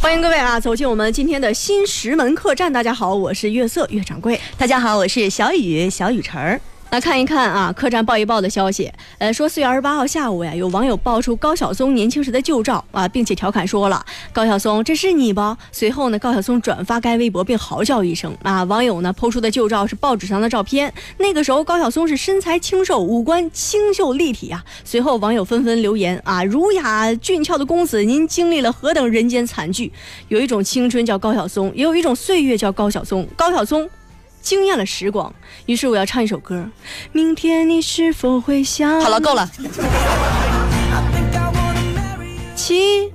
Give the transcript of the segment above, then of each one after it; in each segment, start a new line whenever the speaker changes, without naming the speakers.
欢迎各位啊，走进我们今天的新石门客栈。大家好，我是月色月掌柜。
大家好，我是小雨小雨晨儿。
那看一看啊，客栈报一报的消息，呃，说四月二十八号下午呀，有网友爆出高晓松年轻时的旧照啊，并且调侃说了：“高晓松，这是你不？”随后呢，高晓松转发该微博并嚎叫一声啊，网友呢抛出的旧照是报纸上的照片，那个时候高晓松是身材清瘦，五官清秀立体啊。随后网友纷纷留言啊，儒雅俊俏的公子，您经历了何等人间惨剧？有一种青春叫高晓松，也有一种岁月叫高晓松，高晓松。惊艳了时光，于是我要唱一首歌。明天你是否会想？
好了，够了。
七，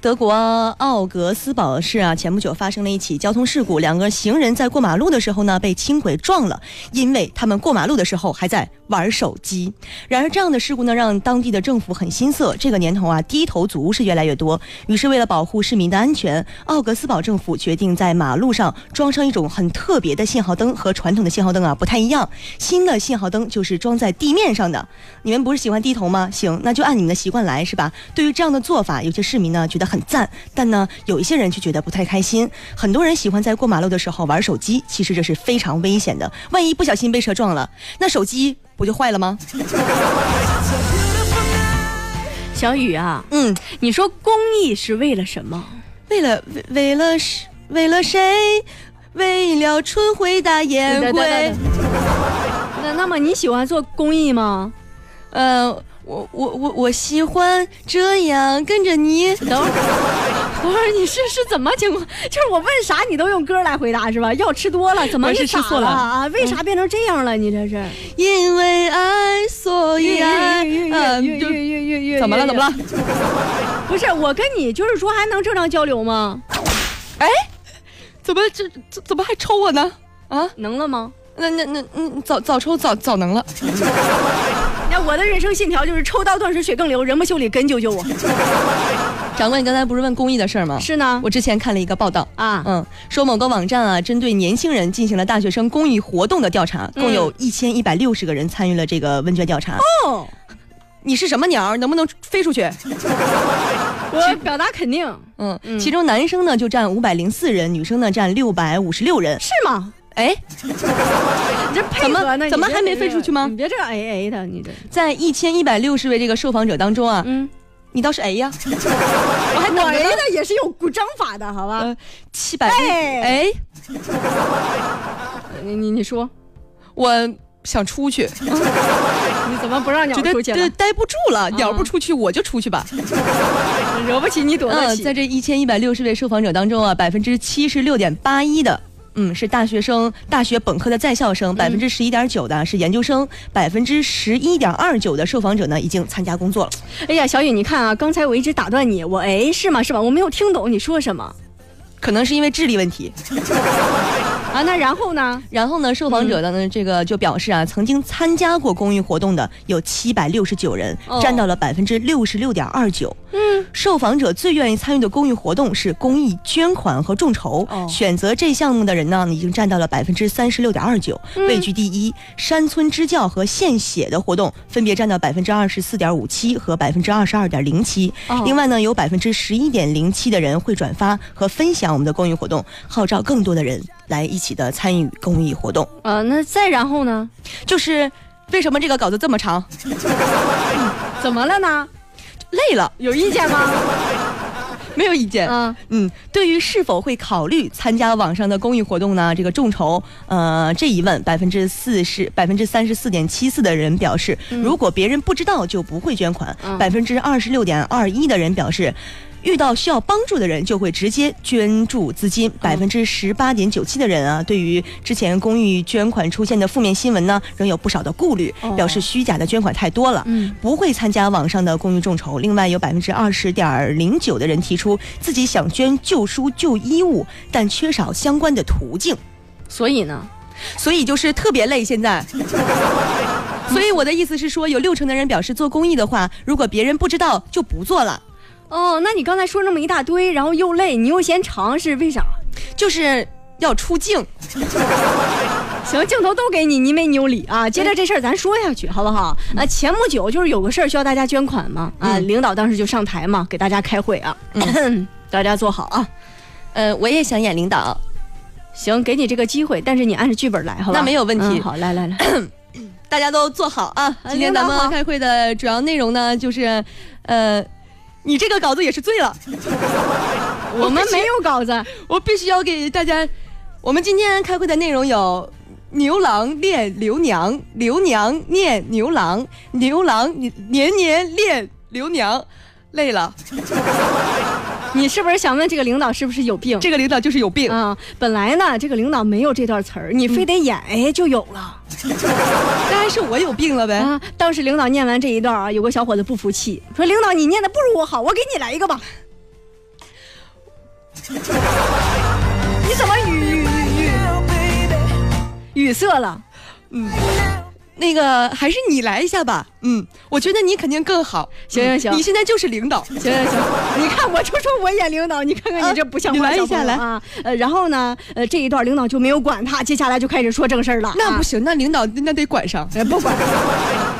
德国奥格斯堡市啊，前不久发生了一起交通事故，两个行人在过马路的时候呢，被轻轨撞了，因为他们过马路的时候还在玩手机。然而，这样的事故呢，让当地的政府很心塞。这个年头啊，低头族是越来越多，于是为了保护市民的安全，奥格斯堡政府决定在马路上装上一种很特别的信号灯，和传统的信号灯啊不太一样。新的信号灯就是装在地面上的。你们不是喜欢低头吗？行，那就按你们的习惯来，是吧？对于这样的做法，有些市民呢觉得很赞，但呢有一些人却觉得不太开心。很多人喜欢在过马路的时候玩手机，其实这是非常危险的，万一不小心被车撞了，那手机不就坏了吗？
小雨啊，
嗯，
你说公益是为了什么？
为了为为了是为了谁？为了春回大雁归。
那那么你喜欢做公益吗？
呃，我我我我喜欢这样跟着你。
等会儿，等会儿你是是怎么情况？就是我问啥你都用歌来回答是吧？药吃多了，怎么
我是
你咋
吃错
了
了
啊？为啥变成这样了？你这是？
因为爱，所以爱。呃就怎么了？怎么了？？
不是我跟你就是说还能正常交流吗？
怎么这这怎么还抽我呢？啊，
能了吗？
那那那嗯，早早抽早早能了。
那我的人生信条就是抽刀断水血更流，人不修理根究 究我。
掌柜，你刚才不是问公益的事儿吗？
是呢，
我之前看了一个报道，
啊，
嗯，说某个网站啊，针对年轻人进行了大学生公益活动的调查，共
嗯
有一千一百六十个人参与了这个问卷调查。
哦，
你是什么鸟儿？能不能飞出去？
我表达肯定
嗯，
嗯
其中男生呢就占五百零四人，女生呢占六百五十六人。
是吗？
哎，
你这配合呢？
怎么
你这
还没飞出去吗
你别这 A A 的，你这
在一千一百六十位这个受访者当中啊，
嗯，
你倒是哎呀，
我还我 A 的也是有古章法的，好吧？
呃，七百
哎
哎，
你你你说，
我想出去，
你怎么不让鸟
觉得
出去
这
了？
待不住了，
嗯
鸟不出去我就出去吧。
惹不起你躲得
嗯，
起
在。这一千一百六十位受访者当中啊，百分之七十六点八一的。嗯，是大学生、大学本科的在校
嗯
生，百分之十一点九的是研究生，百分之十一点二九的受访者呢已经参加工作了。
哎呀，小雨，你看啊，刚才我一直打断你，我 A 是吗？是吧？我没有听懂你说什么
可能是因为智力问题。
啊？那然后呢？
然后呢，受访者的呢、这个就表
嗯
示啊，曾经参加过公益活动的有七百六十九人，
哦
占到了百分之六十六点二九。嗯，受访者最愿意参与的公益活动是公益捐款和众筹。
哦
选择这项目的人呢，已经占到了百分之三十六点二九，
嗯
位居第一。山村支教和献血的活动分别占到百分之二十四点五七和百分之二十二点零七。
哦
另外呢，有百分之十一点零七的人会转发和分享我们的公益活动，号召更多的人来一起的参与公益活动。
呃，那再然后呢？
就是为什么这个稿子这么长？
怎么了呢？
累了，
有意见吗？
没有意见。
嗯，
嗯，对于是否会考虑参加网上的公益活动呢？这个众筹，呃，这一问，百分之四十、百分之三十四点七四的人表示，如果别人不知道就不会捐款
嗯；
百分之二十六点二一的人表示。遇到需要帮助的人，就会直接捐助资
嗯
金。百分之十八点九七的人啊，对于之前公益捐款出现的负面新闻呢，仍有不少的顾虑
哦，
表示虚假的捐款太多了。
嗯
不会参加网上的公益众筹。另外有百分之二十点零九的人提出自己想捐旧书、旧衣物，但缺少相关的途径，
所以呢？
所以就是特别累。现在， 所以我的意思是说，有六成的人表示做公益的话，如果别人不知道就不做了。
哦，那你刚才说那么一大堆，然后又累，你又嫌长，是为啥？
就是要出镜。
行，镜头都给你，你没你有理啊！接着这事儿咱说下去，好不好？啊，前不久就是有个事儿需要大家捐款嘛，啊，
嗯
领导当时就上台嘛，给大家开会啊， 大家坐好啊。
呃，我也想演领导。
行，给你这个机会，但是你按着剧本来，好吧？
那没有问题
嗯好，来来来，
大家都坐好啊！今天咱
领导好
们开会的主要内容呢，就是，呃，你这个稿子也是醉了，
我们没有稿 子，
我必须要给大家。我们今天开会的内容有：牛郎恋刘娘，刘娘念牛郎，牛郎年年恋刘娘，累了。
你是不是想问这个领导是不是有病？
这个领导就是有病，
啊，本来呢，这个领导没有这段词儿，你非得演，哎，就有了
当然是我有病了呗。
啊。当时领导念完这一段啊，有个小伙子不服气，说：“领导，你念的不如我好，我给你来一个吧。”你怎么语语塞了？
那个还是你来一下吧。嗯，我觉得你肯定更好。
行行行
你现在就是领导。
行行行，你看我就说我演领导，你看看你这不像话、
啊你来一下
小朋友啊。呃，然后呢，呃，这一段领导就没有管他，接下来就开始说正事儿了。
那
啊
不行，那领导那得管上。
哎，不管。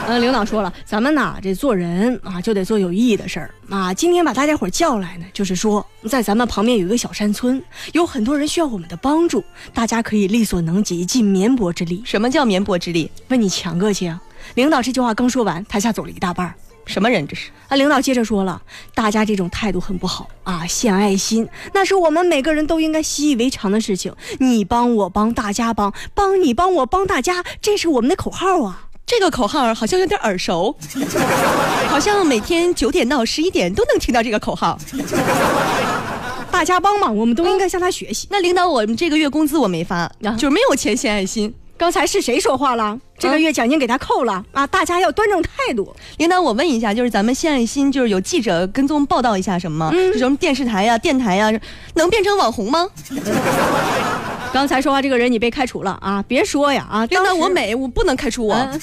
嗯，领导说了，咱们呐这做人啊，就得做有意义的事儿啊。今天把大家伙儿叫来呢，就是说，在咱们旁边有一个小山村，有很多人需要我们的帮助，大家可以力所能及，尽绵薄之力。
什么叫绵薄之力？
问你强个去啊！领导这句话刚说完，台下走了一大半儿。
什么人这是？
啊，领导接着说了，大家这种态度很不好啊，献爱心那是我们每个人都应该习以为常的事情。你帮我帮，大家帮，帮你帮我帮大家，这是我们的口号啊。
这个口号好像有点 耳熟，好像每天九点到十一点都能听到这个口号。
大家帮忙，我们都应该向他学习。
那领导，我们这个月工资我没发，
啊
就是没有钱献爱心。
刚才是谁说话了？这个月奖金给他扣了啊！大家要端正态度。
领导，我问一下，就是咱们献爱心，就是有记者跟踪报道一下什么吗？
嗯
就什么电视台呀、电台呀、能变成网红吗？
刚才说话这个人你被开除了啊！别说呀啊！
领
当
导，
时
我美，我不能开除我。
嗯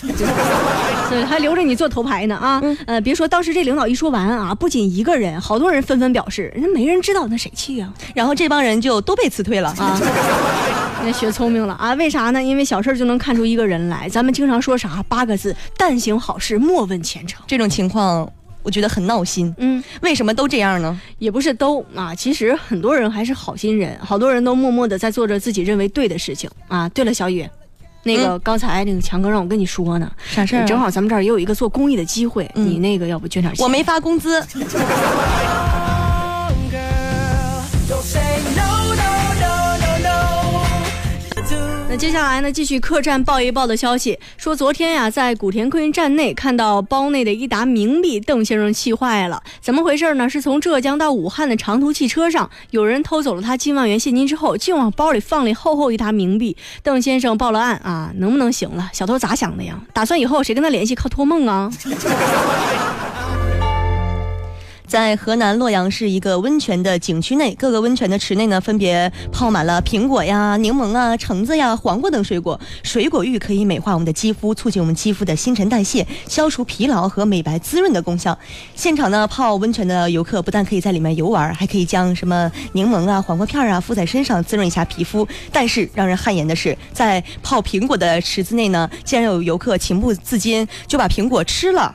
对，还留着你做头牌呢啊！
嗯
呃，别说当时这领导一说完啊，不仅一个人，好多人纷纷表示，那没人知道那谁去啊呀、
然后这帮人就都被辞退了啊。
那学聪明了啊？为啥呢？因为小事儿就能看出一个人来。咱们经常说啥八个字：但行好事，莫问前程。
这种情况，我觉得很闹心。
嗯，
为什么都这样呢？
也不是都啊，其实很多人还是好心人，好多人都默默的在做着自己认为对的事情啊。对了，小雨，那个、
嗯
刚才那个强哥让我跟你说呢，
啥事
正好咱们这儿啊也有一个做公益的机会，
嗯
你那个要不捐点钱？
我没发工资，
那接下来呢，继续客栈报一报的消息，说昨天呀、在古田客运站内看到包内的一沓冥币，邓先生气坏了。怎么回事呢？是从浙江到武汉的长途汽车上，有人偷走了他近万元现金之后，竟往包里放了厚厚一沓冥币。邓先生报了案啊，能不能行了？小偷咋想的呀？打算以后谁跟他联系靠托梦啊？
在河南洛阳市一个温泉的景区内，各个温泉的池内呢，分别泡满了苹果呀、柠檬啊、橙子呀、黄瓜等水果。水果浴可以美化我们的肌肤，促进我们肌肤的新陈代谢，消除疲劳和美白滋润的功效。现场呢，泡温泉的游客不但可以在里面游玩，还可以将什么柠檬啊、黄瓜片啊敷在身上，滋润一下皮肤。但是让人汗颜的是，在泡苹果的池子内呢，竟然有游客情不自禁就把苹果吃了。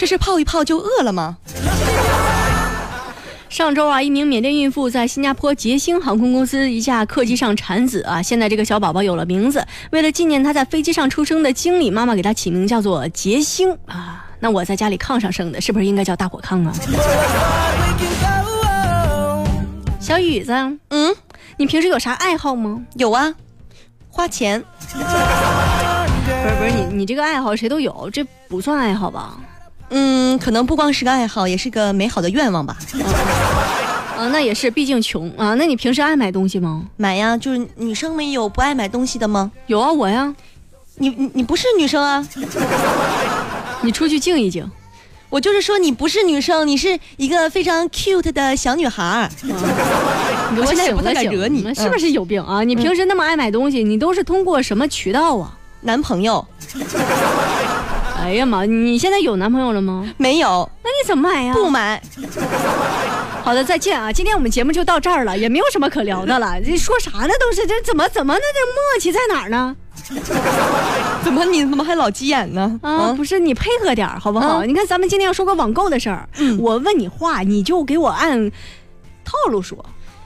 这是泡一泡就饿了吗？
上周啊，一名缅甸孕妇在新加坡捷星航空公司一架客机上产子啊，现在这个小宝宝有了名字。为了纪念她在飞机上出生的经历，妈妈给她起名叫做捷星啊。那我在家里炕上生的，是不是应该叫大火炕啊？小雨子，
嗯，
你平时有啥爱好吗？
有啊，花钱。
不是不是，你你这个爱好谁都有，这不算爱好吧？
嗯，可能不光是个爱好，也是个美好的愿望吧。
啊，那也是，毕竟穷啊。那你平时爱买东西吗？
买呀，就是女生没有不爱买东西的吗？
有啊，我呀，
你你你不是女生啊？
你出去静一静。
我就是说你不是女生，你是一个非常 cute 的小女孩儿。
我
现在也
醒
不太
了
敢
醒
惹
了
你
们是不是有病啊？你平时那么爱买东西，你都是通过什么渠道啊？
男朋友
哎哎呀妈，你现在有男朋友了吗？
没有，
那你怎么买呀？
不买。
好的，再见啊！今天我们节目就到这儿了，也没有什么可聊的了。这说啥呢？都是这怎么怎么的？这默契在哪儿呢？
怎么你怎么还老急眼呢？
啊，不是你配合点儿好不好？
啊
你看咱们今天要说个网购的事儿，我问你话，你就给我按套路说，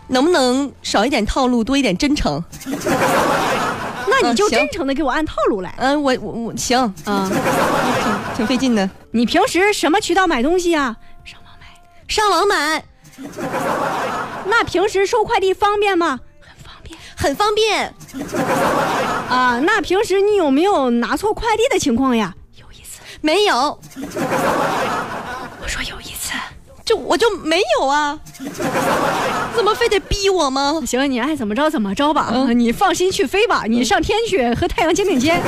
能不能少一点套路，多一点真诚？
那你
嗯
就
行
真诚的给我按套路来
嗯，我我我行，
啊！
挺费劲的。
你平时什么渠道买东西啊？上网买。
上网买
那平时收快递方便吗？很方便
很方便，
啊。那平时你有没有拿错快递的情况呀？有一次，
没有
我说有一次。
就我就没 有啊，怎么非得逼我吗？
行，你爱怎么着怎么着吧，
嗯
你放心去飞吧，你上天去和太阳肩并肩。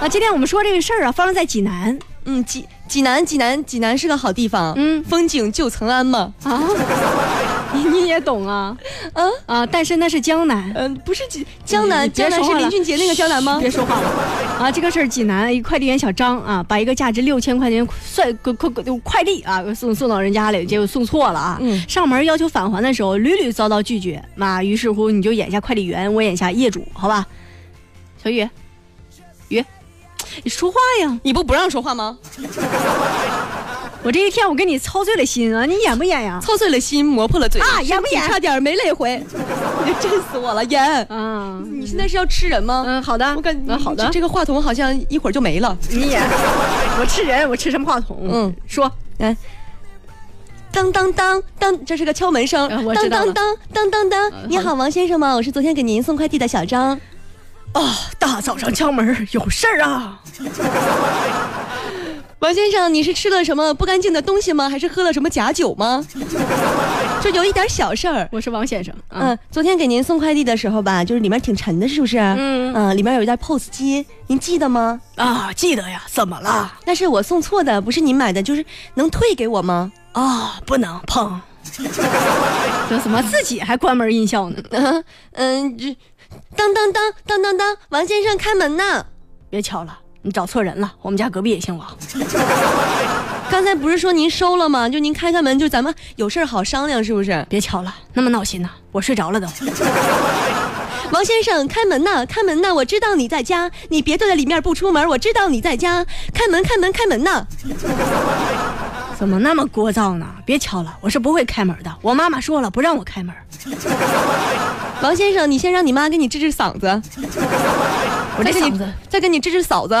啊，今天我们说这个事儿啊，发生在济南
嗯，济济南，济南，济南是个好地方，
嗯
风景旧曾谙嘛。
啊，你你也懂啊
啊，
啊，但是那是江南。
嗯，不是济江南，
你别
江南
说
是
话
林
了
俊杰那个江南吗
嘘别？说话了啊！这个事儿，济南一快递员小张啊，把一个价值六千块钱快快快快递啊送送到人家里，结果送错了啊！
嗯
上门要求返还的时候，屡屡遭到拒绝。那于是乎，你就眼下快递员，我眼下业主，好吧？小雨，雨，你说话呀！
你不不让说话吗？
我这一天我跟你操碎了心啊，你演不演呀？
操碎了心，磨破了嘴
啊演不演
身体差点没累回，你这震死我了，演！
啊，
你现在是要吃人吗？
嗯，好的，
我感觉
嗯好的，
这个话筒好像一会儿就没了。
你演，我吃人，我吃什么话筒？
嗯，
说，
哎，当当当当，这是个敲门声。
啊我
当
知道
当
了嗯
当当当
好
当，
的
你好，王先生吗？我是昨天给您送快递的小张。
大早上敲门有事儿啊？
王先生，你是吃了什么不干净的东西吗？还是喝了什么假酒吗？ 就有一点小事儿。
我是王先生。
嗯，昨天给您送快递的时候吧，就是里面挺沉的，是不是？
嗯
嗯，里面有一袋 POS 机，您记得吗？
啊，记得呀，怎么了？
那是我送错的，不是您买的，就是能退给我吗？
啊，不能 碰。这怎么自己还关门印笑呢？
嗯嗯，这当当当当当当，王先生开门呢。
别敲了，你找错人了。我们家隔壁也姓王。
刚才不是说您收了吗？就您开开门，就咱们有事儿好商量，是不是？
别敲了，那么闹心呢、我睡着了都。
王先生，开门呐，开门呐！我知道你在家，你别坐在里面不出门，我知道你在家，开门，开门，开门呐！
怎么那么聒噪呢？别敲了，我是不会开门的。我妈妈说了，不让我开门。
王先生，你先让你妈给你治治嗓子，
我这
再给
嗓
你
子，
再给你治治嫂子。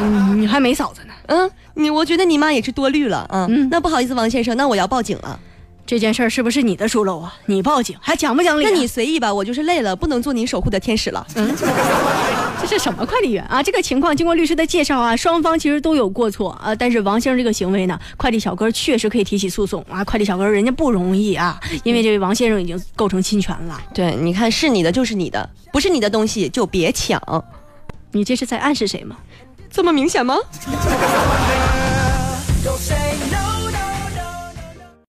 嗯，你还没嫂子呢。
嗯，你我觉得你妈也是多虑了啊。
嗯
那不好意思，王先生，那我要报警了。
这件事儿是不是你的疏漏啊？你报警还讲不讲理啊、
那你随意吧，我就是累了，不能做您守护的天使了。
嗯这是什么快递员啊？这个情况经过律师的介绍啊，双方其实都有过错啊，但是王先生这个行为呢，快递小哥确实可以提起诉讼啊。快递小哥人家不容易啊，因为这位王先生已经构成侵权了。
对，你看是你的就是你的，不是你的东西就别抢，
你这是在暗示谁吗？
这么明显吗？
Don't say